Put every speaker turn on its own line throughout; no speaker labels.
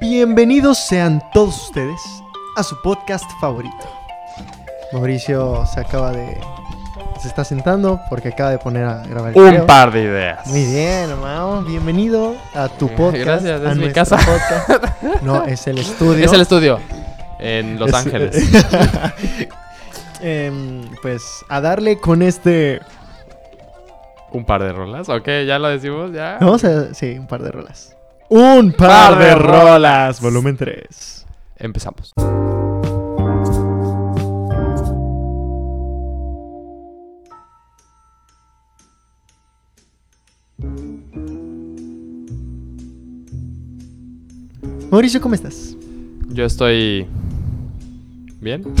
Bienvenidos sean todos ustedes a su podcast favorito. Mauricio se acaba de. Se está sentando porque acaba de poner a grabar el video.
Un par de ideas.
Muy bien, hermano. Bienvenido a tu
Eh,
podcast.
gracias,
a
es mi
nuestro
casa.
podcast. No, es el estudio.
Es el estudio. En Los
Es-
Ángeles.
Em, pues a darle con este.
Un par de rolas. Ok, ya lo decimos, ya.
Vamos a. Sí, un par de rolas. Un
par de
rolas. Volumen 3.
Empezamos.
Mauricio, ¿cómo estás?
Yo estoy. Bien.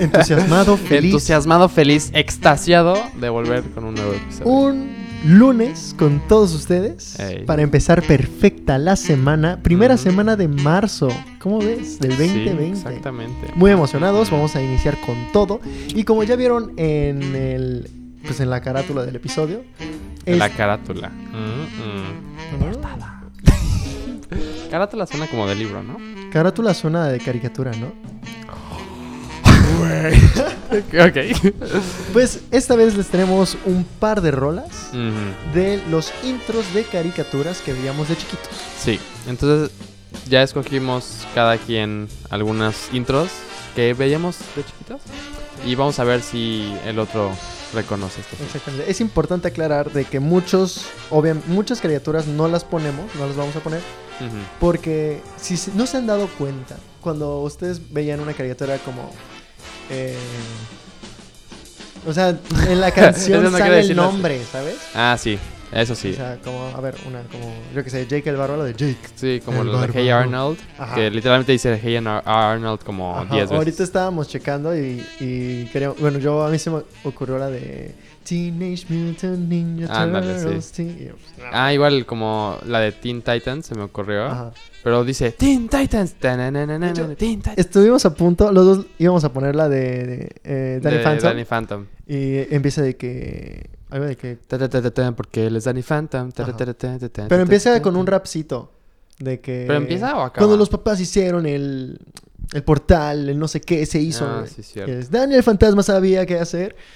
Entusiasmado, feliz.
Entusiasmado, feliz, extasiado de volver con un nuevo episodio.
un lunes con todos ustedes
Ey.
para empezar perfecta la semana, primera
Ujú.
semana de marzo, ¿cómo ves? Del
Sí,
2020.
exactamente.
Muy emocionados, vamos a iniciar con todo y como ya vieron en el pues en la carátula del episodio es-
La carátula. Mm, mm. Carátula suena como de libro, ¿no?
Ah, carátula suena de caricatura, ¿no?
ok.
Pues esta vez les tenemos un par de rolas
Ujú.
de los intros de caricaturas que veíamos de chiquitos.
Sí, entonces ya escogimos cada quien algunas intros que veíamos de chiquitos y vamos a ver si el otro reconoce esto.
Exactamente. Es importante aclarar de que muchos, obviamente, muchas caricaturas no las ponemos, no las vamos a poner,
Ujú.
porque si se- no se han dado cuenta, cuando ustedes veían una caricatura como... eh, o sea, en la
Eso
canción
no quiere
sale el
decir nada.
nombre, ¿sabes?
Ah, sí, eso sí.
O sea, como, a ver, una como, yo que sé, Jake el Bárbaro de Jake.
Sí, como
el
la de Hey
bárbaro.
Arnold,
Ajá.
que literalmente dice Hey Ar- Arnold como
Ajá,
10 veces.
Ahorita estábamos checando y, y queríamos, bueno, yo a mí se me ocurrió la de Teenage Mutant Ninja
Ándale, sí.
Turtles. teen- y, pues, no.
Ah, igual como la de Teen Titans se me ocurrió,
Ajá.
pero dice Teen Titans, tananana,
De hecho,
Teen Titans.
Estuvimos a punto, los dos íbamos a poner la de, de, eh, Danny
de
Phantom.
Danny Phantom.
Y empieza de que. Algo de que.
Ta, ta, ta, ta, ta, porque él es Danny Phantom. ta, ta,
Ajá.
ta, ta, ta, ta,
Pero
ta,
empieza
ta,
con
ta.
un rapcito. De que.
¿Pero empieza o acaba?
Cuando los papás hicieron el. El portal, el no sé qué se hizo.
Ah,
güey.
sí, cierto.
Que es, Daniel Fantasma sabía qué hacer.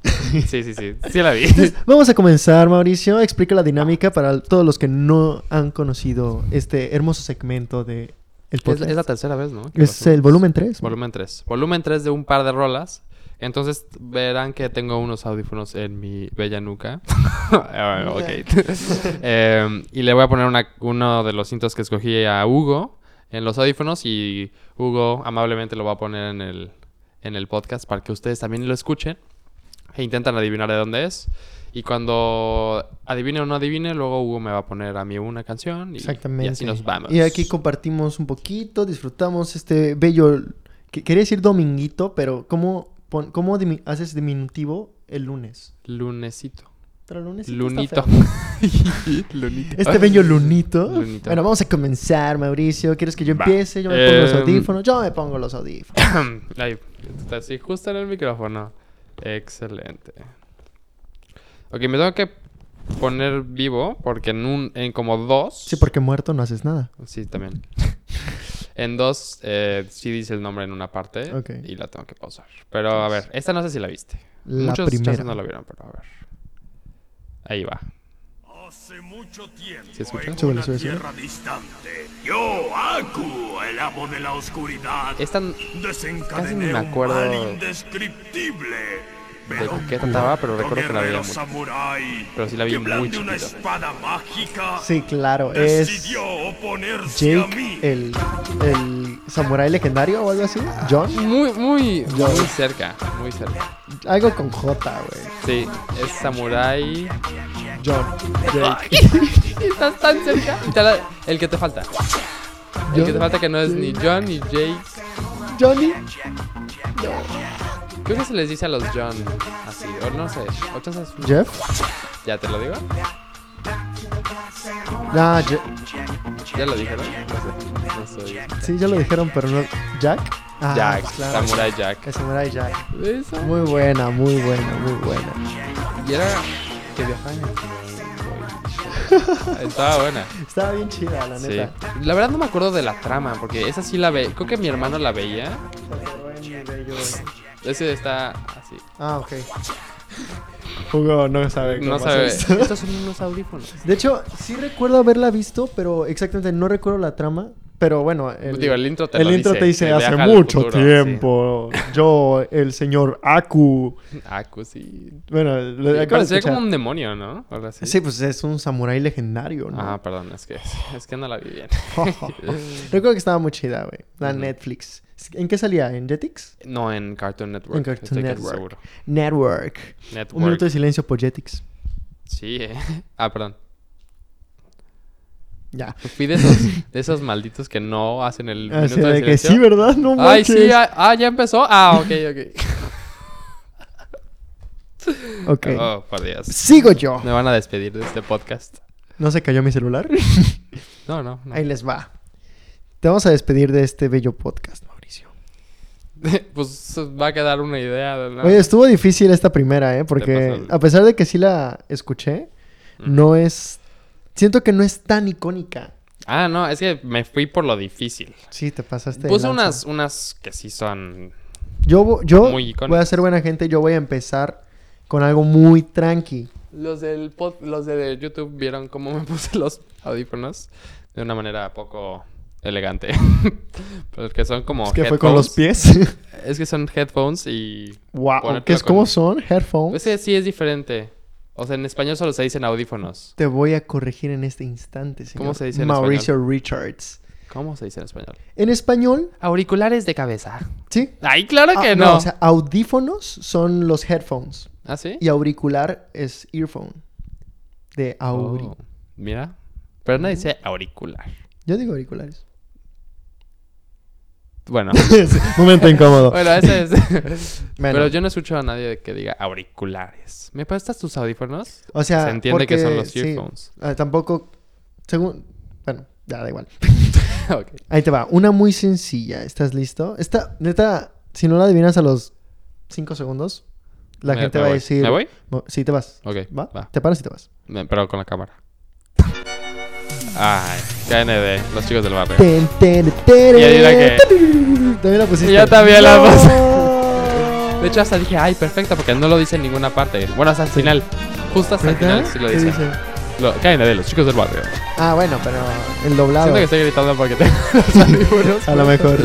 Sí, sí, sí. Sí la vi.
Vamos a comenzar, Mauricio. Explica la dinámica para todos los que no han conocido este hermoso segmento de el
Es,
podcast.
la- es la tercera vez, ¿no? que lo
Pues Es
hacemos.
el volumen 3.
Volumen 3. Volumen 3 de un par de rolas. Entonces verán que tengo unos audífonos en mi bella nuca. Ah, ok. Em, y le voy a poner una- uno de los cintos que escogí a Hugo en los audífonos y Hugo amablemente lo va a poner en el, en el podcast para que ustedes también lo escuchen e intentan adivinar de dónde es. Y cuando adivine o no adivine, luego Hugo me va a poner a mí una canción y,
Exactamente.
y así nos vamos.
Y aquí compartimos un poquito, disfrutamos este bello. que- Quería decir dominguito, pero ¿cómo, pon- cómo dimi- haces diminutivo el lunes?
Lunesito.
Pero lunes
Lunito. Lunito.
Este bello lunito.
Lunito.
Bueno, vamos a comenzar, Mauricio. ¿Quieres que yo
Va.
empiece? Yo me pongo los
Em,
audífonos. Yo me pongo los audífonos.
Ahí, está así, justo en el micrófono. Excelente. Ok, me tengo que poner vivo porque en un, en como dos.
Sí, porque muerto no haces nada.
Sí, también. en dos, eh, sí dice el nombre en una parte
Ok.
y la tengo que pausar. Pero a ver, esta no sé si la viste.
La
Muchos chances
primera.
no la vieron, pero a ver. Ahí va.
Hace mucho tiempo,
¿Sí escucha?
en
Súbele,
una
súbele, súbele.
tierra distante, yo, Aku, el amo de la oscuridad,
Esta n-
desencadené
me acuerdo
un mal indescriptible. Pero
qué trataba, pero
un
recuerdo que la vi
guerrero
mucho.
samurái,
Pero sí la vi
que
muy
blandió una
chiquito.
espada mágica,
Sí, claro. Es
decidió oponerse a mí.
Jake,
eh,
el, el samurái legendario o algo así. John.
Muy, muy,
Ya.
muy cerca. Muy cerca.
Algo con J, güey.
Sí, es Samurai.
John. Jake.
Estás tan cerca. Y te la- el que te falta. El que te falta que no es ni John ni Jake.
Johnny.
Creo que se les dice a los John así. O no sé. O chances-
Jeff.
Ya te lo digo.
Ah, Je-
Ya lo dije, ¿no? No sé. No soy.
sí, ya lo dijeron, pero no. Jack. Ah,
Jack.
pues claro.
Samurai Jack.
El Samurai Jack.
Eso.
Muy buena, muy buena, muy buena.
Y era que viajaba en el tiempo. Estaba buena.
Estaba bien chida, la
Sí.
neta.
La verdad no me acuerdo de la trama, porque esa sí la ve. Creo que mi hermano la veía. Ese está así.
Ah, ok. Hugo no sabe cómo
No
hacer
sabe.
esto.
Estos son unos audífonos.
De hecho, sí recuerdo haberla visto, pero exactamente no recuerdo la trama. Pero bueno, el,
Digo, el intro te
el
lo
intro
dice,
te dice
el
hace
viaje al
mucho
futuro", sí.
tiempo. Yo, el señor Aku.
Ah, pues sí.
Bueno, lo
Sí,
acabo de
Parecía
escuchar.
como un demonio, ¿no? O algo así.
Sí, pues es un samurái legendario, ¿no?
Ah, perdón, es que, es que no la vi bien.
Recuerdo que estaba muy chida, güey. La
Ujú.
Netflix. ¿En qué salía? ¿En Jetix?
No, en Cartoon Network.
En Cartoon
estoy casi
Network.
seguro.
Network. Un
Network.
minuto de silencio por Jetix.
Sí, eh. Ah, perdón.
Ya.
Fui de esos, de esos malditos que no hacen el
Así
minuto de
de que
silencio.
Ah, sí, ¿verdad? No
Ay,
manches.
sí, ah, ah, ya empezó. Ah, ok, ok.
Ok.
Oh, por Dios.
Sigo yo.
Me van a despedir de este podcast.
¿No se cayó mi celular?
No, no. no.
Ahí les va. Te vamos a despedir de este bello podcast, Mauricio.
pues va a quedar una idea. ¿no?
Oye, estuvo difícil esta primera, ¿eh? Porque
pasó.
a pesar de que sí la escuché, no es... Siento que no es tan icónica.
Ah, no, es que me fui por lo difícil.
Sí, te pasaste. de
Puse
Este lanza.
unas, unas que sí son.
Yo, vo- yo
muy icónicas.
voy a ser buena gente, yo voy a empezar con algo muy tranqui.
Los del pod- los de YouTube vieron cómo me puse los audífonos de una manera poco elegante. Porque son como
es que fue con los
headphones.
pies.
Es que son headphones y
wow.
Ponértelo
¿Qué es
con-
cómo son? Headphones.
Pues sí, sí es diferente. O sea, en español solo se dicen audífonos.
Te voy a corregir en este instante, señor.
¿Cómo se dice en
Mauricio Richards.
¿Cómo se dice en español?
En español,
Auriculares de cabeza.
sí.
Ay, claro que
Ah,
no.
O sea, audífonos son los headphones.
¿Ah, sí?
Y auricular es earphone. De auri.
Oh, mira. Pero no dice auricular.
Yo digo auriculares.
Bueno.
Momento incómodo.
bueno, ese es.
Bueno.
Pero yo no escucho a nadie que diga auriculares. ¿Me prestas tus audífonos?
O sea,
Se entiende que son
porque-
los
sí.
earphones.
Ah, tampoco. Según. Bueno, ya da igual.
Ok.
Ahí te va. Una muy sencilla. ¿Estás listo? Esta, neta, si no la adivinas a los 5 segundos, la
Me-
gente
me
va a
voy.
decir.
¿Me voy?
Mo- Sí, te vas.
Ok.
¿Va?
va.
Te paras y te vas.
Me- Pero con la cámara. Ay, KND, los chicos del barrio.
Ten, ten, ten,
Y ahí la que-
También la pusiste.
Yo también la
puse.
De hecho, hasta dije, ay, perfecta, porque no lo dice en ninguna parte. Bueno, hasta el final. Justo hasta el final sí lo dice. Lo, KND, los chicos del barrio.
Ah, bueno, pero el doblado.
Siento que estoy gritando porque tengo los audífonos.
A lo mejor.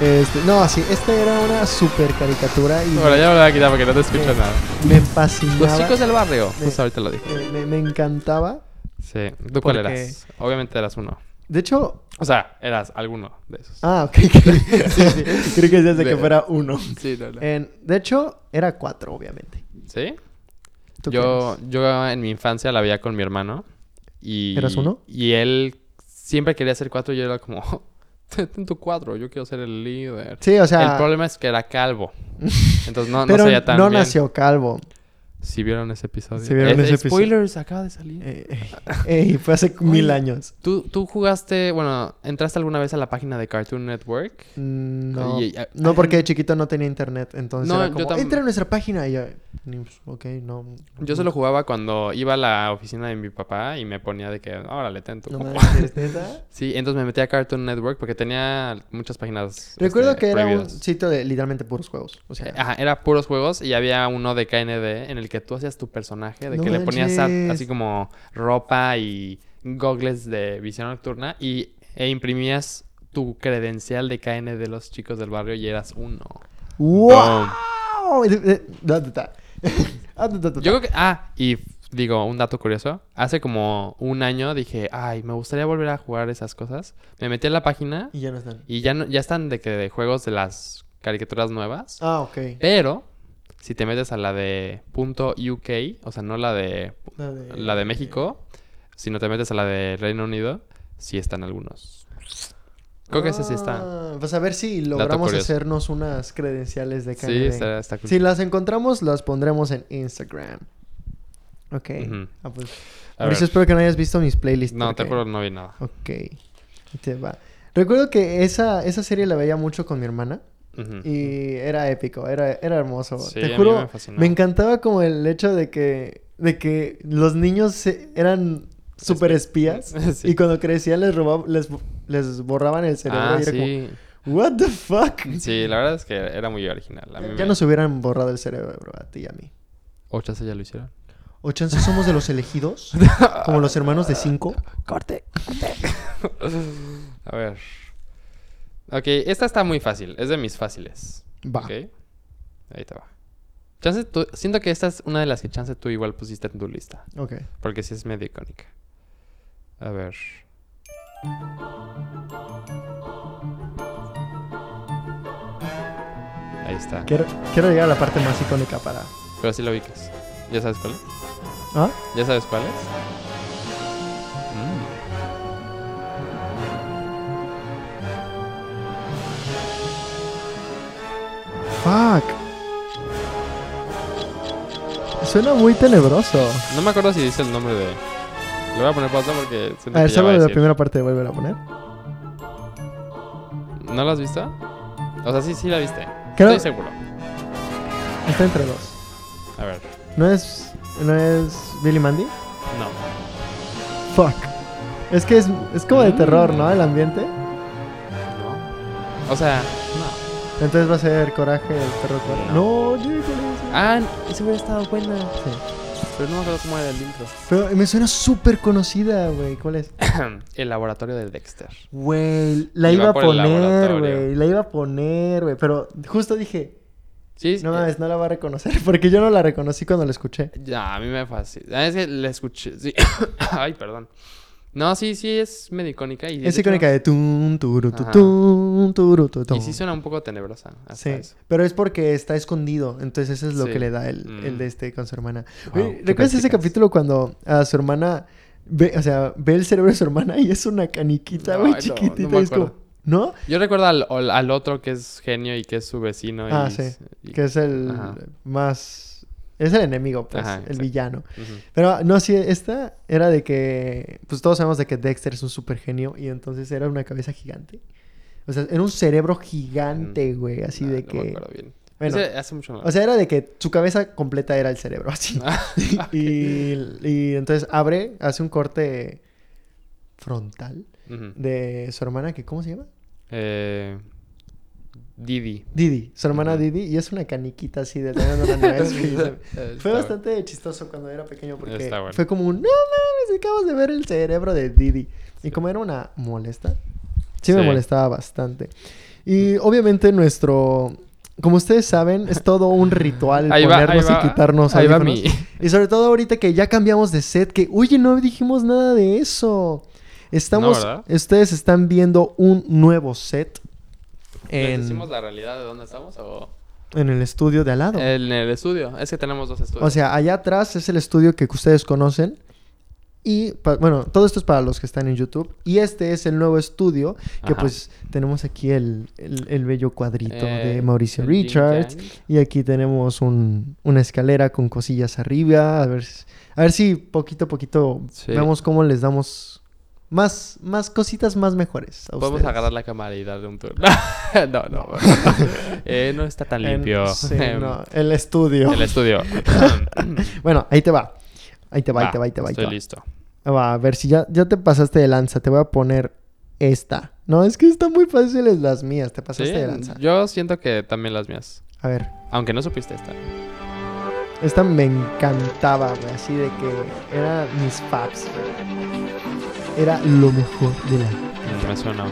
Este, no, sí, esta era una super caricatura y
Bueno, ya me lo voy a quitar porque no te escucho
Sí.
nada.
me
Los
fascinaba.
chicos del barrio. Justo
Sí.
ahorita lo dije.
eh, me, me encantaba.
Sí. ¿Tú cuál
Porque-
eras? Obviamente eras uno.
De hecho,
O sea, eras alguno de esos.
ah, ok. Creo, creo que desde
De-
que fuera uno.
Sí, no, no.
En- de hecho, era cuatro, obviamente.
¿Sí?
¿Tú
Yo,
qué
yo en mi infancia la veía con mi hermano. Y,
¿Eras uno?
Y él siempre quería ser cuatro y yo era como, "Ten- ten tu cuatro, yo quiero ser el líder.
eres? Sí, o
el
sea,
problema es que era calvo. Entonces no, no
pero
sabía tan
no
bien.
nació calvo.
Si vieron ese episodio.
Si vieron
Es-
ese episodio.
Spoilers, acaba de salir.
Eh, eh, y fue hace mil años.
¿Tú, tú jugaste, bueno, entraste alguna vez a la página de Cartoon Network?
Mm, No,
Y- y- a-
no porque de chiquito no tenía internet, entonces
No,
era
yo
como,
tam-
entra a nuestra página y yo, ni- pues, ok, no.
Yo
Mm.
solo jugaba cuando iba a la oficina de mi papá y me ponía de que, órale, ten tu
No
cuatro".
me dejes, ¿neta?
Sí, entonces me metí a Cartoon Network porque tenía muchas páginas.
Recuerdo
este, Ah,
que era un
prohibidas.
sitio de literalmente puros juegos. O sea,
Ajá, era puros juegos y había uno de KND en el que tú hacías tu personaje, de
No
que le ponías a-
manches.
así como ropa y goggles de visión nocturna y, e imprimías tu credencial de KND de los chicos del barrio y eras uno.
¡Wow! De- de- da, da, da. Ah, da, da, da,
Yo
da.
creo que... Ah, y f- digo, un dato curioso. Hace como un año dije, ay, me gustaría volver a jugar esas cosas. Me metí a la página
Y ya no están.
y ya, no, ya están de que de juegos de las caricaturas nuevas.
Ah, ok.
Pero si te metes a la de .uk, o sea, no la de
La de,
la de México, si no te metes a la de Reino Unido, sí están algunos. Creo que ese sí está.
Ah, Pues a ver si logramos
curioso.
hacernos unas credenciales de
Sí,
Canadá.
está, está cool.
Si las encontramos, las pondremos en Instagram. Ok.
Ujú.
Ah, pues.
A
Mauricio,
ver.
espero que no hayas visto mis playlists.
No, te
porque-
juro, no vi nada.
Ok. Ahí Te va. Recuerdo que esa, esa serie la veía mucho con mi hermana.
Ujú.
Y era épico, era, era hermoso.
Sí, a
Te
mí
juro,
me
me,
fascinaba.
encantaba como el hecho de que, de que los niños se- eran super espías.
Sí.
Y cuando crecían les, robaban, les, les borraban el cerebro.
Ah,
y era
sí.
como, ¿What the fuck?
Sí, la verdad es que era muy original. A mí
Ya
me-
nos hubieran borrado el cerebro a ti y a mí.
O chance ya lo hicieron.
¿O chance somos de los elegidos? Como los hermanos de cinco.
Corte, A ver. Ok, esta está muy fácil. Es de mis fáciles.
Va.
Ok. Ahí te va. Chance, tú- siento que esta es una de las que chance tú igual pusiste en tu lista.
Ok.
Porque sí es medio icónica. A ver. Ahí está.
Quiero, quiero llegar a la parte más icónica para.
Pero sí lo ubicas. ¿Ya sabes cuál es?
¿Ah?
¿Ya sabes cuál es? Mm.
Fuck. Suena muy tenebroso.
No me acuerdo si dice el nombre de. Le voy a poner pausa porque siento
A ver,
que ya
solo
va a
la
decir.
primera parte vuelve a poner.
¿No lo has visto? O sea, sí, sí la viste.
Creo-
Estoy seguro.
Está entre dos.
A ver.
¿No es. ¿No es Billy Mandy?
No.
Fuck. Es que es, es como de
Mm.
terror, ¿no? El ambiente.
No. O sea, no.
Entonces va a ser coraje el perro coraje. No, yo dije eso.
Ah, ese hubiera estado buena.
Sí.
Pero no me acuerdo cómo era el intro.
Pero me suena súper conocida, güey. ¿Cuál es?
el laboratorio de Dexter.
Güey, la
Iba
iba, a
por el
poner,
laboratorio.
güey. La iba a poner, güey. Pero justo dije,
Sí,
no
eh,
mames, no la va a reconocer. Porque yo no la reconocí cuando la escuché.
Ya, a mí me fascina. Es que la escuché. Sí. Ay, perdón. No, sí, sí, es medio icónica. Y, de
Es
hecho-
icónica de tun, turu, tu,
Ajá.
tun, turu, tu, tun.
Y sí suena un poco tenebrosa. hasta
Sí,
eso.
pero es porque está escondido. Entonces, eso es lo
Sí.
que le da el, el
Mm.
de este con su hermana.
Wow,
Oye,
qué
¿Recuerdas ese
perspicaz.
capítulo cuando a su hermana ve, o sea, ve el cerebro de su hermana y es una caniquita, güey,
Ay, no,
chiquitita?
no me
y es como-
acuerdo.
¿No?
Yo recuerdo al, al- al otro que es genio y que es su vecino. y-
Ah, sí,
y-
Que es el
Ajá.
más. Es el enemigo, pues,
Ajá,
el
exacto.
villano.
Ujú.
Pero ah, no, sí, esta era de que. Pues todos sabemos de que Dexter es un super genio y entonces era una cabeza gigante. O sea, era un cerebro gigante, güey, así
Ah,
de
No me
que.
acuerdo bien.
Bueno,
Ese hace mucho no.
o sea, era de que su cabeza completa era el cerebro, así.
Ah,
y, y entonces abre, hace un corte frontal
Ujú.
de su hermana, que ¿cómo se llama?
Eh, Didi.
Didi, su hermana
Ujú.
Didi, y es una caniquita así de tamaño de una nuez, güey.
Eh,
Fue
está-
bastante chistoso cuando era pequeño porque
Está bueno.
fue como un, no mames, acabamos de ver el cerebro de Didi. Y como era una molesta, sí, me
Sí.
molestaba bastante. Y obviamente nuestro, como ustedes saben, es todo un ritual el
Ahí va, ahí
ponernos
va-
y quitarnos
ahí va
audífonos.
mi-
Y sobre todo ahorita que ya cambiamos de set, que, oye, no dijimos nada de eso. Estamos,
¿verdad?
ustedes están viendo un nuevo set
¿Les
en,
decimos la realidad de dónde estamos o...?
en el estudio de al lado.
En el estudio. Es que tenemos dos estudios.
O sea, allá atrás es el estudio que ustedes conocen. Y pa- bueno, todo esto es para los que están en YouTube. Y este es el nuevo estudio que
Ajá.
pues tenemos aquí el, el- el bello cuadrito de
Eh,
Mauricio
el yin
Richards. pues,
yang.
Y aquí tenemos un- una escalera con cosillas arriba. A ver, s- a ver si poquito a poquito
Sí.
vemos cómo les damos más, más cositas más mejores. A
Podemos
ustedes.
agarrar la cámara y darle un tour. no, no. Eh, no está tan
En-
limpio.
sí,
Em,
no, el estudio.
El estudio.
Bueno, ahí te va. Ahí te va, ahí te va, ahí te va. ahí te
Estoy
va.
listo.
Ah, Va, a ver si ya, ya te pasaste de lanza. Te voy a poner esta. No, es que están muy fáciles las mías. Te pasaste
Sí,
de lanza.
yo siento que también las mías.
A ver,
Aunque no supiste esta.
esta me encantaba, güey. Así de que era mis paps. Era lo mejor de la.
Mm, Me suena.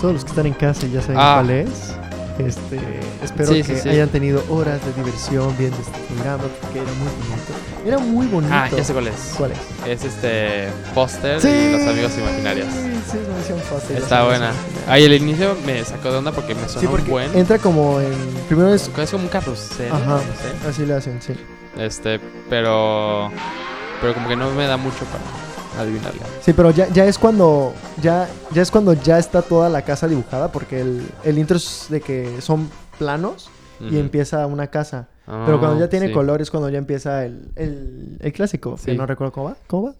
Todos los que están en casa ya saben
Ah.
cuál es. Este, espero
Sí, sí,
que
sí.
hayan tenido horas de diversión viendo este programa porque era muy bonito. Era muy bonito.
Ah, ya sé cuál es.
¿Cuál es?
Es este póster de los amigos imaginarios.
Sí, es una versión fácil, los
Está
amigos
buena.
imaginarios.
Ay, el inicio me sacó de onda porque me
Sí,
sonó un
porque
buen.
entra como en. Primero es.
Es como un carrusel.
Ajá,
no sé.
así le hacen, sí.
Este, pero. Pero como que no me da mucho para adivinarlo.
Sí, pero ya, ya es cuando. Ya, ya es cuando ya está toda la casa dibujada. Porque el, el intro es de que son planos y
Ujú.
empieza una casa.
Ah,
Pero cuando ya tiene
sí.
color es cuando ya empieza el, el, el clásico. Que
Sí.
no recuerdo cómo va. ¿Cómo va?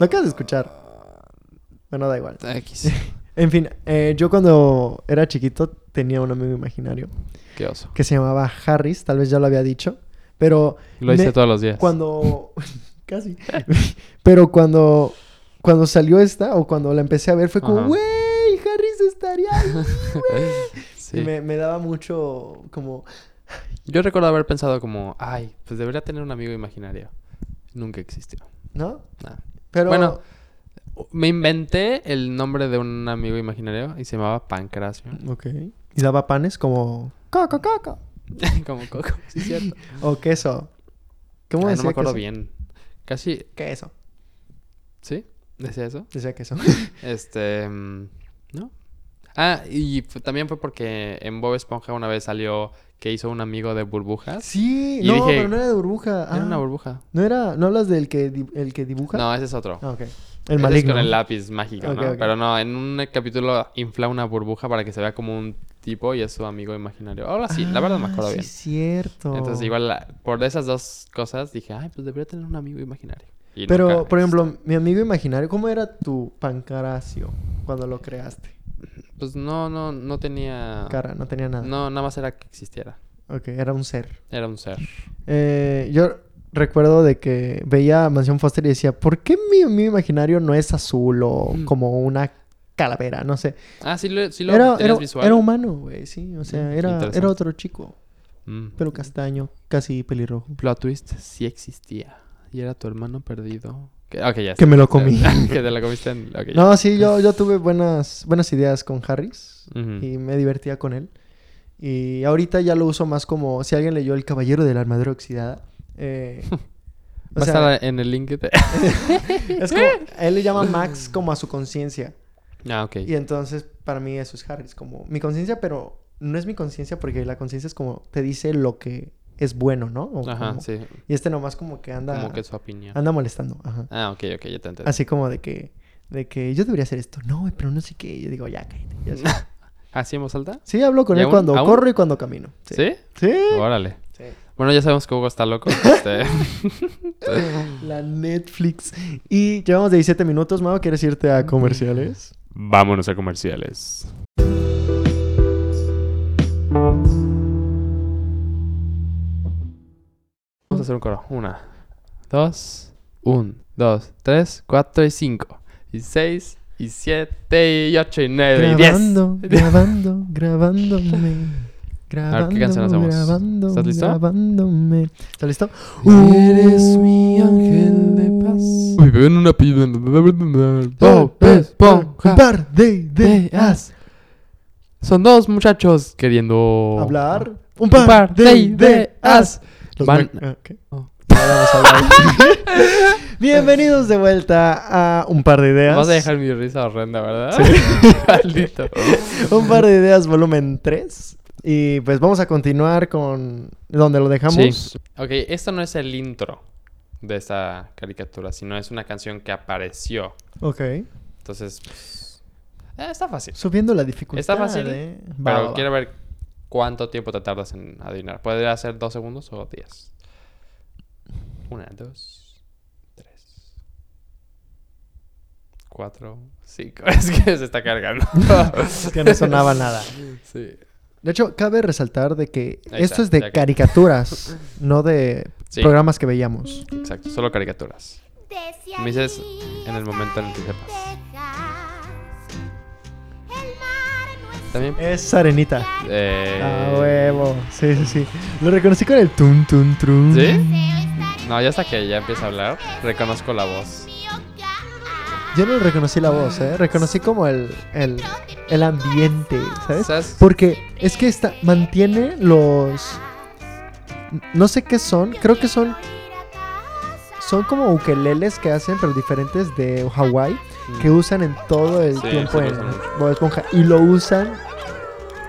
Lo acabas de escuchar. Bueno, da igual.
X.
En fin, eh, yo cuando era chiquito tenía un amigo imaginario
Qué oso.
que se llamaba Harris, tal vez ya lo había dicho, pero
Lo hice
me-
todos los días.
cuando casi, pero cuando cuando salió esta o cuando la empecé a ver fue como,
Ajá.
güey, Harris estaría ahí, güey".
Sí.
Y me, me daba mucho como
Yo recuerdo haber pensado como, ay, pues debería tener un amigo imaginario. Nunca existió.
¿No?
Nada.
Pero
Bueno, Me inventé el nombre de un amigo imaginario y se llamaba Pancracio.
Ok. Y daba panes como coco coco
como Coco, sí es cierto.
o queso. ¿Cómo
Ay,
decía
no me acuerdo
queso?
bien. Casi,
Queso.
¿sí? ¿Decía eso?
Decía queso.
Este, mm, ¿no? Ah, y fu- también fue porque en Bob Esponja una vez salió que hizo un amigo de burbujas.
sí,
Y
no,
dije,
pero no era de burbuja.
Era
Ah,
una burbuja.
No era, no hablas del que di- el que dibuja.
No, ese es otro.
Ah, ok.
Ese
El
es
maligno.
con el lápiz mágico,
Ok,
¿no?
ok.
Pero no, en un capítulo infla una burbuja para que se vea como un tipo y es su amigo imaginario. Ahora sí, la verdad me
Ah,
acuerdo
sí,
bien.
cierto.
Entonces, igual, la- por esas dos cosas dije, ay, pues debería tener un amigo imaginario. Y
Pero,
nunca
por ejemplo, mi amigo imaginario, ¿cómo era tu pancaracio cuando lo creaste?
existió. Pues no, no, no tenía.
Cara, no tenía nada.
Ah. No, nada más era que existiera.
Ok, era un ser.
Era un ser.
Eh, yo recuerdo de que veía a Mansión Foster y decía, ¿por qué mi amigo imaginario no es azul o
Mm.
como una calavera? No sé.
Ah, sí lo, sí lo
Era,
tenías
era-
visual.
era humano, güey, sí. O
Mm,
sea, era,
interesante.
era otro chico.
Mm.
Pelo castaño, casi pelirrojo.
Plot twist sí existía. Y era tu hermano perdido. Que- Ok, ya.
Que
sé.
me lo comí.
que te lo comiste en. ok, ya.
No, sí, yo, yo tuve buenas, buenas ideas con Harris
Ujú.
y me divertía con él. Y ahorita ya lo uso más como si alguien leyó El Caballero de la Armadura Oxidada. eh, o
Va a
sea,
estar en el link que te-
es como, él le llama Max como a su conciencia.
ah, ok.
Y entonces para mí eso es Harris, como mi conciencia, pero no es mi conciencia porque la conciencia es como te dice lo que es bueno, ¿no? O
Ajá,
como-
sí.
Y este nomás como que anda,
Como que su opinión.
anda molestando. Ajá.
Ah, ok, ok, ya te entendí.
Así como de que, de que yo debería hacer esto. No, güey, pero no sé qué. Yo digo, ya, cállate. ya sé.
¿Así ¿Ah, en voz alta?
Sí, hablo con
¿Y
él
aún-
cuando
aún?
corro y cuando camino.
¿Sí?
Sí.
Órale.
Sí.
Bueno, ya sabemos que Hugo está loco. Este...
La Netflix. Y llevamos 17 minutos, Mau. ¿Quieres irte a comerciales?
Vámonos a comerciales. Vamos a hacer un coro. Una, dos, un, dos, tres, cuatro y cinco. Y seis, y siete, y ocho, y nueve,
grabando,
y Eh, diez.
grabando, grabándome. Grabando,
ver, ¿qué canción hacemos?
grabando,
¿Estás listo?
grabándome. ¿Estás listo? Uh.
Eres mi ángel de paz. Uy, veo en una pila. Bob Esponja.
Par de ideas.
Son dos muchachos queriendo
Hablar. Oh. Un
Un
par, de
ideas.
ideas. Los
Van-
mic- ah, ok.
Oh.
Ahora vamos a hablar. Bienvenidos de vuelta a Un par de ideas.
Vas a dejar mi risa horrenda, ¿verdad? Maldito.
Un par de ideas, volumen 3. Y pues vamos a continuar con donde lo dejamos.
Sí. Ok, esto no es el intro de esta caricatura, sino es una canción que apareció.
Ok.
Entonces, pues, eh, está fácil.
Subiendo la dificultad.
Está fácil,
¿eh? Va,
Pero
va, va.
quiero ver cuánto tiempo te tardas en adivinar. ¿Podría ser dos segundos o diez? Una, dos, tres, cuatro, cinco. Es que se está cargando.
Es que no sonaba nada.
sí.
De hecho, cabe resaltar de que
Ahí
esto
está,
es de
ya que-
caricaturas, no de
Sí.
programas que veíamos.
Exacto, solo caricaturas.
Me dices en el momento en el que sepas.
También.
Es Arenita.
eh,
A huevo. Sí, sí, sí. Lo reconocí con el tun, tun, trun.
¿Sí? No, ya hasta que ya empieza a hablar, reconozco la voz.
Yo no reconocí la voz, ¿eh? Reconocí como el, el, el ambiente, ¿sabes?
¿Sabes?
Porque es que esta mantiene los... No sé qué son, creo que son... Son como ukeleles que hacen, pero diferentes de Hawái,
Mm.
que usan en todo el
Sí,
tiempo
sí lo
en
usan mucho.
Bob Esponja. Y lo usan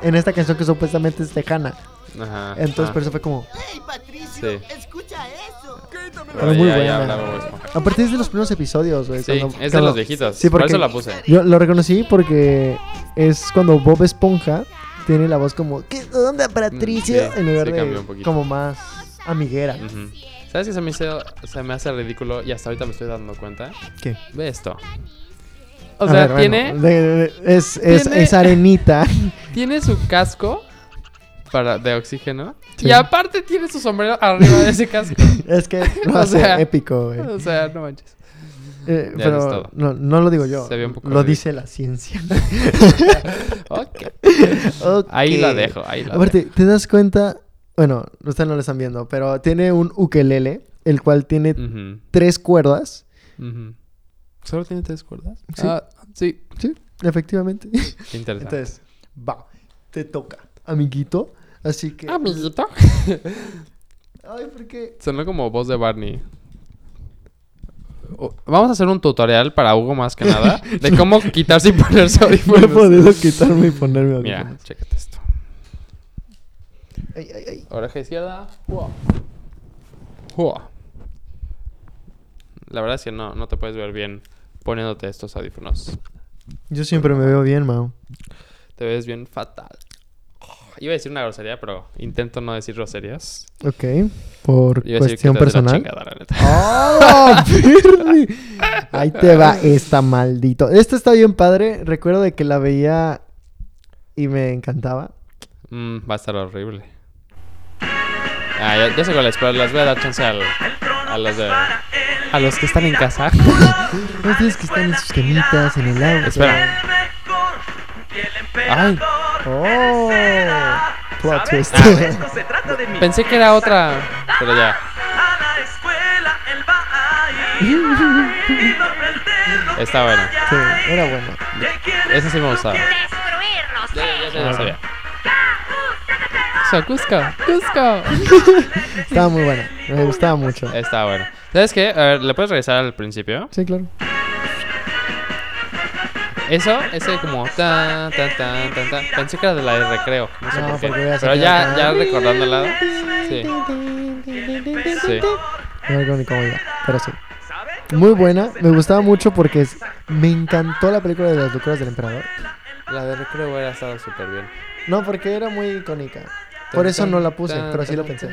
en esta canción que supuestamente es tejana.
Ajá.
Entonces,
ah,
por eso fue como...
¡Ey, Patricio!
Sí,
¡Escucha eso!
pero
Muy
ya- ya
buena.
hablaba Bob Esponja.
A partir de los primeros episodios, güey.
Sí,
cuando-
es de
cuando-
los viejitos.
Sí,
por
porque-
eso la puse.
Yo lo reconocí porque es cuando Bob Esponja tiene la voz como, ¿qué onda, Patricio?
Mm, sí,
en lugar
sí cambió
de
un poquito. Mm.
como más amiguera.
Ujú. ¿Sabes qué se me, hizo- se me hace ridículo y hasta ahorita me estoy dando cuenta?
¿Qué?
Ve esto. o
A
sea,
ver, bueno,
tiene,
de- de- de- es, es-
tiene-
es arenita.
tiene su casco para, de oxígeno.
Sí.
Y aparte tiene su sombrero arriba de ese casco.
es que lo
O
hace
sea,
épico, güey.
o sea, no manches.
Eh,
Ya, eso es
pero
todo.
no, no lo digo yo.
Se ve un poco
lo
ridículo.
dice la ciencia.
Ok.
Ok.
Ahí la dejo, ahí la
Aparte,
dejo.
¿te das cuenta? Bueno, ustedes no lo están viendo, pero tiene un ukelele, el cual tiene
Ujú,
tres cuerdas.
ujú. ¿Solo tiene tres cuerdas?
Sí.
Ah, sí.
Sí, efectivamente.
Qué Interesante.
Entonces, va, te toca, amiguito. Así que.
Amiguito.
Ay, ¿por qué?
Sonó como voz de Barney. O- Vamos a hacer un tutorial para Hugo más que nada de cómo quitarse y ponerse
No he
audífonos.
podido quitarme y ponerme
Mira,
audífonos.
chécate esto.
Ay, ay, ay.
Oreja izquierda. Jua. Jua. La verdad es que no, no te puedes ver bien poniéndote estos audífonos.
Yo siempre me veo bien, Mao.
Te ves bien fatal. Iba a decir una grosería, pero intento no decir groserías.
Ok, por
Iba a decir que
cuestión
te hace la
personal.
chingada, la neta.
¡Ah, perdi! Ahí te va esta maldito. Esta está bien padre. Recuerdo de que la veía y me encantaba.
Mm, va a estar horrible. Ah, ya, ya sé cuáles, pero les voy a dar chance al- a los de... A los que están en casa.
Los días que están en sus camitas, en el agua.
Espera. Ay,
Oh, plot twist.
Ah, Se trata de mí.
pensé que era otra. Pero ya,
A la escuela él va a ir. Y no perder lo
está bueno.
Sí, era bueno.
que quiere.
Esa sí me gustaba.
Destruirnos,
Ya, ya, ya, ya sabía.
sácatelo.
So, Cusco, Cusco.
Estaba muy buena. Me gustaba mucho.
Está bueno. ¿Sabes qué? A ver, ¿le puedes regresar al principio?
Sí, claro.
Eso, ese como tan, tan, tan, tan, tan. Pensé que era de la de recreo. No sé
No,
por
porque
qué.
voy a
Pero
sacar
ya,
acá.
ya recordándola. Sí. Sí.
No me acuerdo ni cómo iba, pero sí. Muy buena. Me gustaba mucho porque es- me encantó la película de las locuras del emperador.
La de recreo hubiera estado súper bien.
No, porque era muy icónica. Por eso no la puse, pero sí la pensé.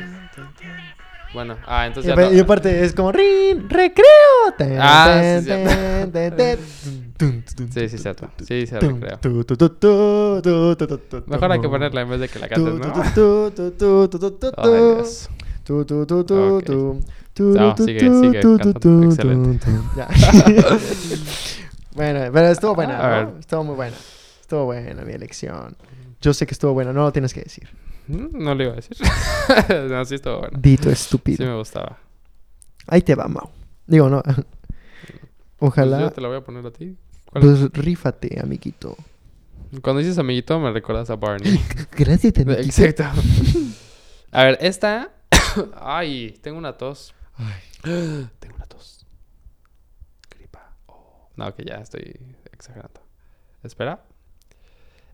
Bueno, ah,
Y,
entonces ya.
apa- y
no-
aparte es como "Rin, recreo. Ten,
Ah,
ten,
sí, cierto.
ten, ten, ten. Tun, tun,
Sí, sí, cierto. Sí, se
tun,
recreo.
tu, tu, tu, tu, tu, tu, tu, tu, tu.
Mejor hay que ponerla en vez de que la cantes,
Tu,
¿no?
tu, tu, tu, tu, tu, tu, tu, tu.
Ay, Dios.
Tu, tu, tu, tu,
Ok.
tu. Tu,
No,
tu,
sigue,
tu,
sigue
tu,
cantando.
tu, tu,
Excelente.
tu. Ya. Bueno, pero estuvo
A
buena,
ver.
¿no? Estuvo muy buena. Estuvo buena mi elección. Yo sé que estuvo buena, no lo tienes que decir.
Mm, No le iba a decir. no, sí estuvo bueno.
Dito
Sí
estúpido.
me gustaba.
Ahí te va, Mau. Digo, no.
Pues
Ojalá.
yo te la voy a poner a ti. ¿Cuál?
Pues rífate, amiguito.
Cuando dices amiguito, me recuerdas a Barney.
Gracias, amiguito.
Exacto. A ver, esta. Ay, tengo una tos. Tengo una tos. Gripa. Oh. No, que ya estoy exagerando. Espera.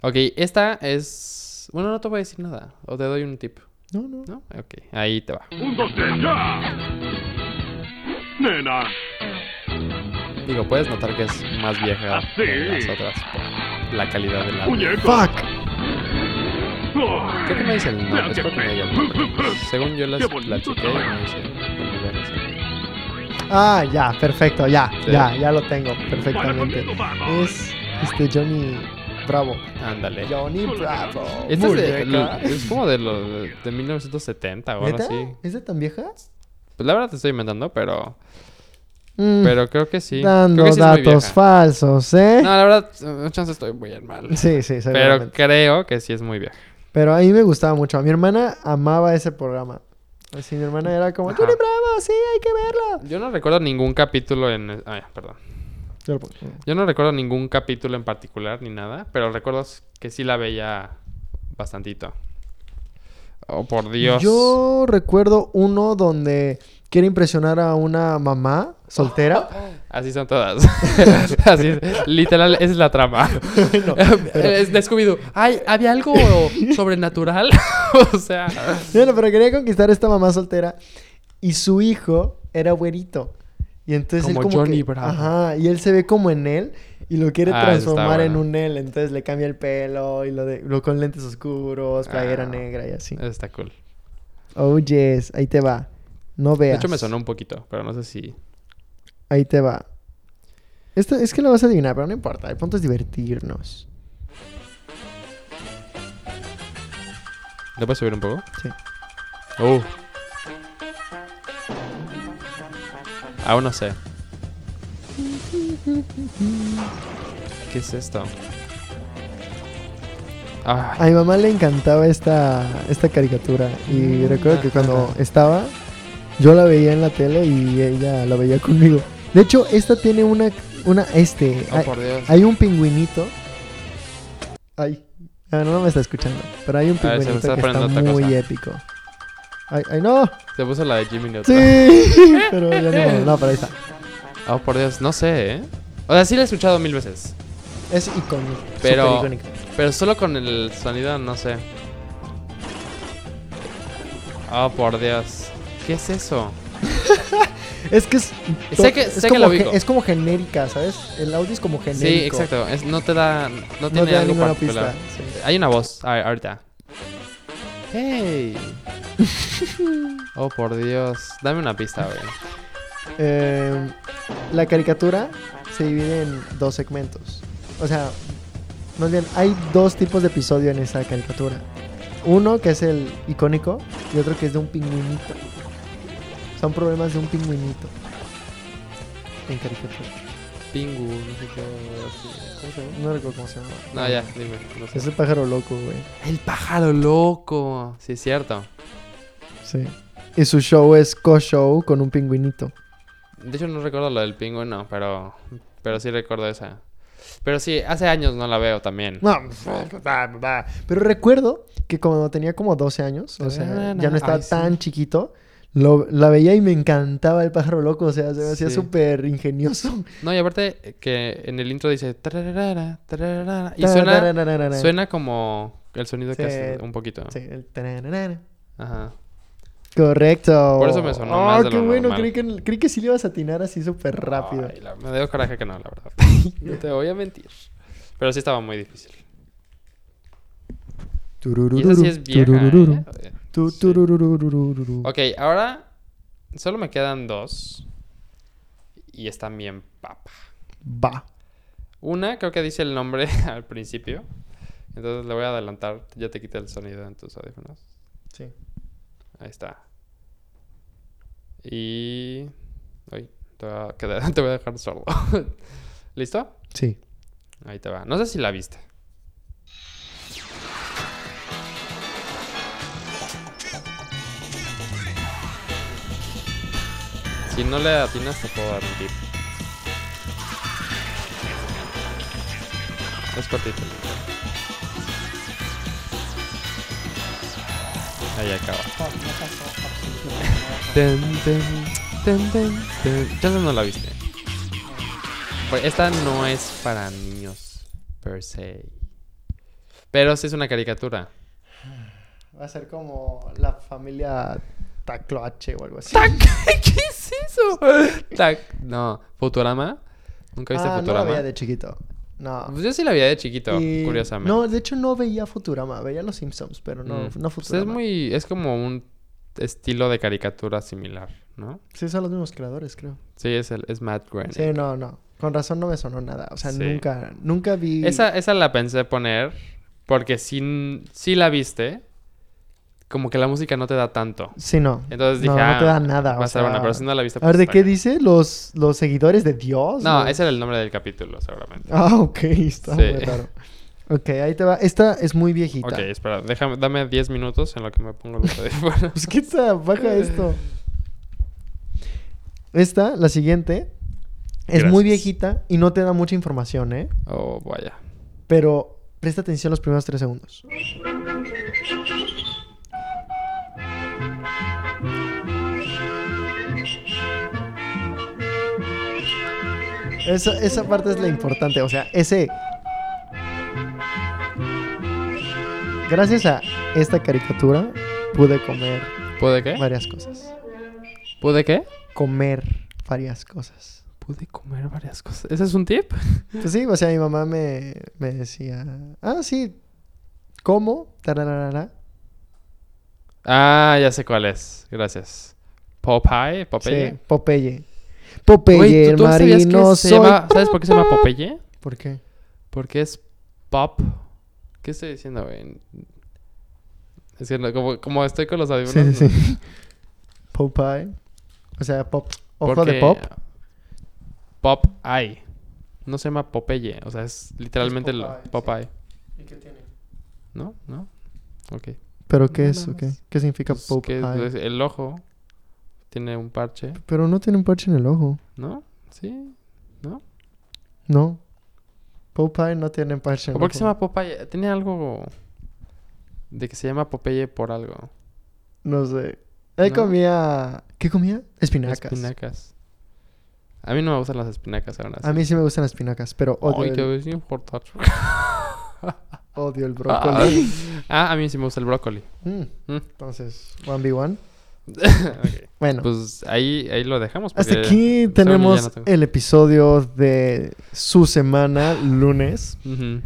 Ok, esta es. Bueno, no te voy a decir nada. O te doy un tip.
No, no.
¿No? Ok, ahí te va.
¡Un, dos, tres, ya! Nena,
Digo, puedes notar que es más vieja
Ah, sí.
que las otras por la calidad de la.
muñeco.
Fuck.
Oh,
Creo que me dice el nombre.
Gracias,
Espero que me diga el
Pedro.
nombre. Según yo las
Qué bonito
platiqué,
trabajo.
me dice. el nombre.
Ah, ya, perfecto, ya,
Sí.
ya, ya lo tengo
Para
perfectamente.
conmigo, vamos.
Es este Johnny Bravo.
Ándale.
Johnny Bravo.
Este es, de-
Muñeca.
lo- es como de, lo, de, de 1970 o algo
¿Neta?
así.
¿Es de tan vieja?
Pues la verdad te estoy inventando, pero,
Mm,
pero creo que sí.
Dando
creo que sí es muy
datos
vieja.
falsos, ¿eh?
No, la verdad, eh, chance estoy muy mal.
Sí, sí,
pero
seguramente. Pero,
creo que sí es muy vieja.
a mí me gustaba mucho. A mi hermana amaba ese programa. Así mi hermana era como,
Ajá.
Johnny Bravo, sí, hay que verlo.
Yo no recuerdo ningún capítulo en... Ay, perdón.
Yo lo pongo.
Yo no recuerdo ningún capítulo en particular ni nada, pero recuerdo que sí la veía bastantito. Oh, por Dios.
Yo recuerdo uno donde quiere impresionar a una mamá soltera.
Así son todas. Así es. Literal, esa es la trama. Eh, Es de Scooby-Doo. Ay, ¿había algo sobrenatural? o sea...
Bueno, pero quería conquistar a esta mamá soltera y su hijo era güerito. Y entonces él
Como
como
Johnny
que-
Bravo.
Ajá, y él se ve como en él y lo quiere
Ah, eso está
transformar en
bueno.
un él, entonces le cambia el pelo y lo de lo con lentes oscuros, playera
Ah.
negra y así.
Está cool.
Oh yes, ahí te va. No veas.
De hecho, me sonó un poquito, pero no sé si...
Ahí te va. Esto es que lo vas a adivinar, pero no importa. El punto es divertirnos.
¿Le puedes subir un poco?
Sí.
Uh. Aún no sé. ¿Qué es esto? Ah,
A mi mamá le encantaba esta, esta caricatura.
Mm,
Y recuerdo que cuando estaba, yo la veía en la tele y ella la veía conmigo. De hecho, esta tiene una. una este.
oh,
hay,
por Dios.
hay un pingüinito. Ay. Ah, no, no me está escuchando. Pero hay un
A ver, se
pingüinito
me está
que está
prendiendo otra
muy
cosa.
épico. Ay, ay, no.
Se puso la de Jimmy Neutron.
Sí. pero ya no. No, pero ahí está.
Oh, por Dios, no sé, ¿eh? O sea, sí la he escuchado mil veces.
Es icónico.
Pero-
súper icónico.
Pero solo con el sonido, no sé. Oh, por Dios. ¿Qué es eso?
Es que es.
Sé que-
es
sé que
como
la
ge-
ubico.
Es como genérica, ¿sabes? El audio es como genérico.
Sí, exacto. Es, no te da. No
No
tiene
te da
algo
ninguna
particular.
pista. sí.
Hay una voz a- ahorita. ¡Hey! oh, por Dios. Dame una pista, güey.
Eh, la caricatura se divide en dos segmentos. O sea, más bien, hay dos tipos de episodio en esa caricatura. Uno que es el icónico y otro que es de un pingüinito. Son problemas de un pingüinito. En caricatura.
Pingu, no sé qué. ¿Cómo se llama?
No recuerdo cómo se llama.
No, Ah, ya, dime. No sé.
Es el pájaro loco, güey.
El pájaro loco. Sí, es cierto.
Sí. Y su show es co-show con un pingüinito.
De hecho, no recuerdo lo del pingüino, pero. Pero sí recuerdo esa. Pero sí, hace años no la veo también.
No, bah, bah. pero recuerdo que cuando tenía como 12 años, o sea, ya no estaba
Ay, sí.
tan chiquito, lo- la veía y me encantaba el pájaro loco, o sea, se me hacía
Sí.
súper ingenioso.
No, y aparte eh, que en el intro dice. tararara, tararara, y suena,
Tarararararara.
suena como el sonido
Sí.
que hace un poquito.
Sí, el tarararara.
Ajá.
Correcto.
Por eso me sonó
Ah,
más de
qué
lo
bueno,
normal.
creí que, creí que sí le ibas a atinar así súper rápido.
Ay, la- me dio coraje que no, la verdad. no te voy a mentir. Pero sí estaba muy difícil. Y esa sí es vieja.
Turururu.
¿eh?
Tu-
Sí.
tururururururu.
Ok, ahora solo me quedan dos. Y están bien papa.
Va.
Una creo que dice el nombre al principio. Entonces le voy a adelantar. Ya te quité el sonido en tus audífonos.
Sí.
Ahí está. Y... Uy, te voy a, quedar- te voy a dejar sordo. ¿Listo?
Sí.
Ahí te va. No sé si la viste. Si no le atinas te puedo dar un tip. Es cortito. Ahí acaba. Ten, ten, ten, ten, ten. Ya no la viste. Pues esta no es para niños per se. Pero sí es una caricatura.
Va a ser como la familia Tacloache o algo así.
¿Qué es eso? No, Futurama. ¿Nunca viste
ah,
Futurama?
No la veía de chiquito. No.
Pues yo sí la veía de chiquito,
Y-
curiosamente.
No, de hecho no veía Futurama, veía Los Simpsons, pero no,
Mm.
no
Pues
Futurama.
es muy es como un estilo de caricatura similar, ¿no?
Sí, son los mismos creadores, creo.
Sí, es el es Matt Groening.
Sí, no, no. Con razón no me sonó nada. O sea,
Sí.
nunca, nunca vi.
Esa, esa la pensé poner porque si, si la viste, como que la música no te da tanto.
Sí, no.
Entonces dije,
no, no te
"Ah,
da nada.
va
o
a
sea,
ser buena", pero si no la viste,
A ver,
pues,
¿de
está
qué
cañón.
dice? ¿Los, ¿Los seguidores de Dios?
Pues No,
¿O-
ese era el nombre del capítulo, seguramente.
Ah, ok, está
Sí.
muy raro. Ok, ahí te va. Esta es muy viejita.
Ok, espera, déjame, dame 10 minutos en lo que me pongo los audífonos.
Pues qué está, baja esto. Esta, la siguiente, es muy
Gracias.
viejita y no te da mucha información, ¿eh?
Oh, vaya.
Pero presta atención los primeros tres segundos. Esa, esa parte es la importante, o sea, ese... Gracias a esta caricatura pude comer
¿Pude qué?
varias cosas.
¿Pude qué?
Comer varias cosas.
Pude comer varias cosas. ¿Ese es un tip?
Pues sí, o sea, mi mamá me, me decía, ah, sí, ¿cómo? Tarararara.
Ah, ya sé cuál es. Gracias. Popeye,
Sí,
Popeye.
Popeye. Popeye,
Güey, ¿tú-
el
tú sabías que
marino,
se
soy-
llama- ¿Sabes por qué se llama Popeye?
¿Por qué?
Porque es pop. ¿Qué estoy diciendo, güey? Es que no, como, como estoy con los
Sí,
audífonos.
sí,
no-
sí. Popeye. O sea, pop. Ojo
porque
de pop.
Pop Eye. No se llama Popeye. O sea, es literalmente lo-
Popeye, sí.
Popeye.
¿Y qué tiene?
¿No? ¿No? Ok.
¿Pero qué
No
es? o qué?
mames.
¿Qué significa
Pues que
Popeye?
es- el ojo tiene un parche,
Pero no tiene un parche en el ojo.
¿no? Sí.
No. Popeye no tiene parche en
¿O
el
por qué se
ojo.
llama Popeye? Tiene algo de que se llama Popeye por algo.
No sé. Él
No.
comía... ¿Qué comía? Espinacas.
Espinacas. A mí no me gustan las espinacas aún así.
A mí sí me gustan las espinacas, pero odio,
Ay, te
el,
ves bien fortacho.
odio el
Ah,
brócoli.
ah, a mí sí me gusta el brócoli.
Mm.
Mm.
Entonces, 1v1.
Ok.
Bueno,
Pues ahí, ahí lo dejamos.
hasta
porque
aquí
según yo ya
tenemos
no tengo.
el episodio de su semana, lunes.
Ujú.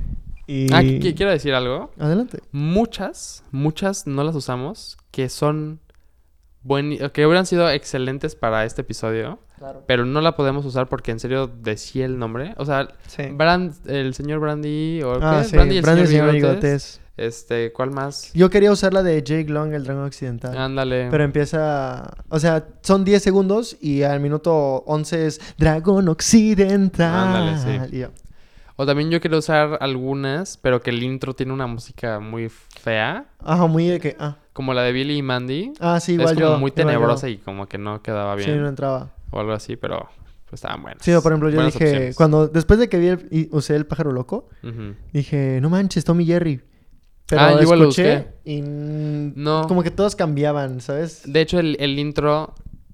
Y...
Ah, qui- quiero decir algo.
Adelante.
Muchas, muchas no las usamos que son buen, que hubieran sido excelentes para este episodio,
Claro.
pero no la podemos usar porque en serio decía el nombre. O sea, Brand, el señor Brandy o
Eh. Ah,
¿qué?
sí. Brandy, el señor
Bigotes.
Bigotes.
Este, ¿cuál más?
Yo quería usar la de Jake Long, el dragón occidental.
Ándale.
Pero empieza. O sea, son 10 segundos y al minuto 11 es Dragón Occidental.
Ándale, sí.
Y yo,
O también yo quiero usar algunas, pero que el intro tiene una música muy fea,
Ajá, muy de que. Ah,
como la de Billy y Mandy.
ah sí, igual
es como
yo.
muy
igual yo.
tenebrosa y como que no quedaba bien
Sí, no entraba.
o algo así, pero pues, estaban buenas.
Sí, o por ejemplo, yo
Buenas
dije.
opciones.
Cuando. Después de que vi el- y usé el pájaro loco,
Ujú.
dije, no manches, Tommy Jerry. Pero
Ah, yo igual lo
escuché
busqué.
y. No.
No.
Como que todos cambiaban, ¿sabes?
De hecho, el, el intro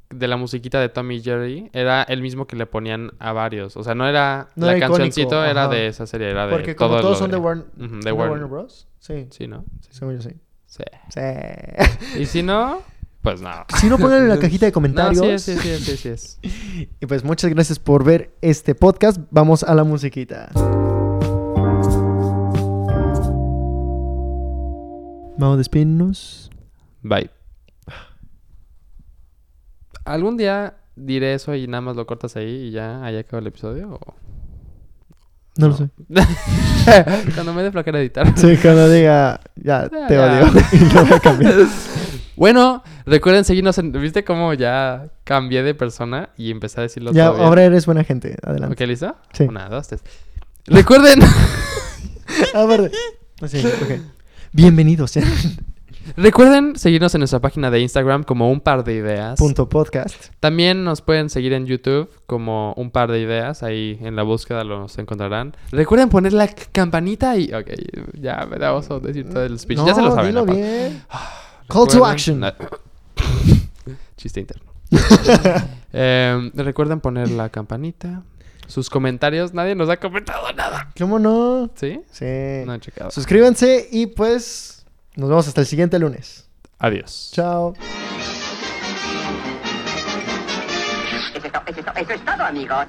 de la musiquita de Tommy y Jerry era el mismo que le ponían a varios. O sea, no era
No
la
era icónico,
cancioncito, era
ajá.
de esa serie, era de
Porque como
todo
todos
lo
son de,
de-
Warn-
Ujú, de
de
Warner.
Warner Bros. Sí.
Sí, ¿no? Sí.
Según yo sí.
sí.
Sí.
Y si no, pues nada.
Si no, pónganlo en la cajita de
No,
comentarios.
sí, es, sí, sí, sí, sí es.
Y pues muchas gracias por ver este podcast. Vamos a la musiquita. Vamos a despedirnos.
Bye. ¿Algún día diré eso y nada más lo cortas ahí y ya ahí acaba el episodio? o-
No, lo sé.
Cuando me dé flojera editar.
Sí, cuando diga, ya,
Ya,
te
ya.
odio. y lo voy a cambiar.
Bueno, recuerden seguirnos en... ¿Viste cómo ya cambié de persona y empecé a decirlo
Ya,
todo bien?
ahora eres buena gente. Adelante.
¿Ok, listo?
Sí.
Una, dos, tres. Recuerden...
Ah, verde. Sí, ok. Bienvenidos a
recuerden seguirnos en nuestra página de Instagram como Un Par de Ideas.
Punto Podcast.
También nos pueden seguir en YouTube como Un Par de Ideas. Ahí en la búsqueda los encontrarán. Recuerden poner la c- campanita y... Ok, ya me da oso decir todo el speech. Pues ya se lo
No,
saben.
dilo
aparte.
bien. Call to
Recuerden-
action.
No. Chiste interno. Em, recuerden poner la campanita. Sus comentarios. Nadie nos ha comentado nada.
¿Cómo no?
¿Sí?
Sí.
No he checado.
Suscríbanse y pues nos vemos hasta el siguiente lunes.
Adiós.
Chao.
Eso es, to- eso es to- eso es todo, amigos.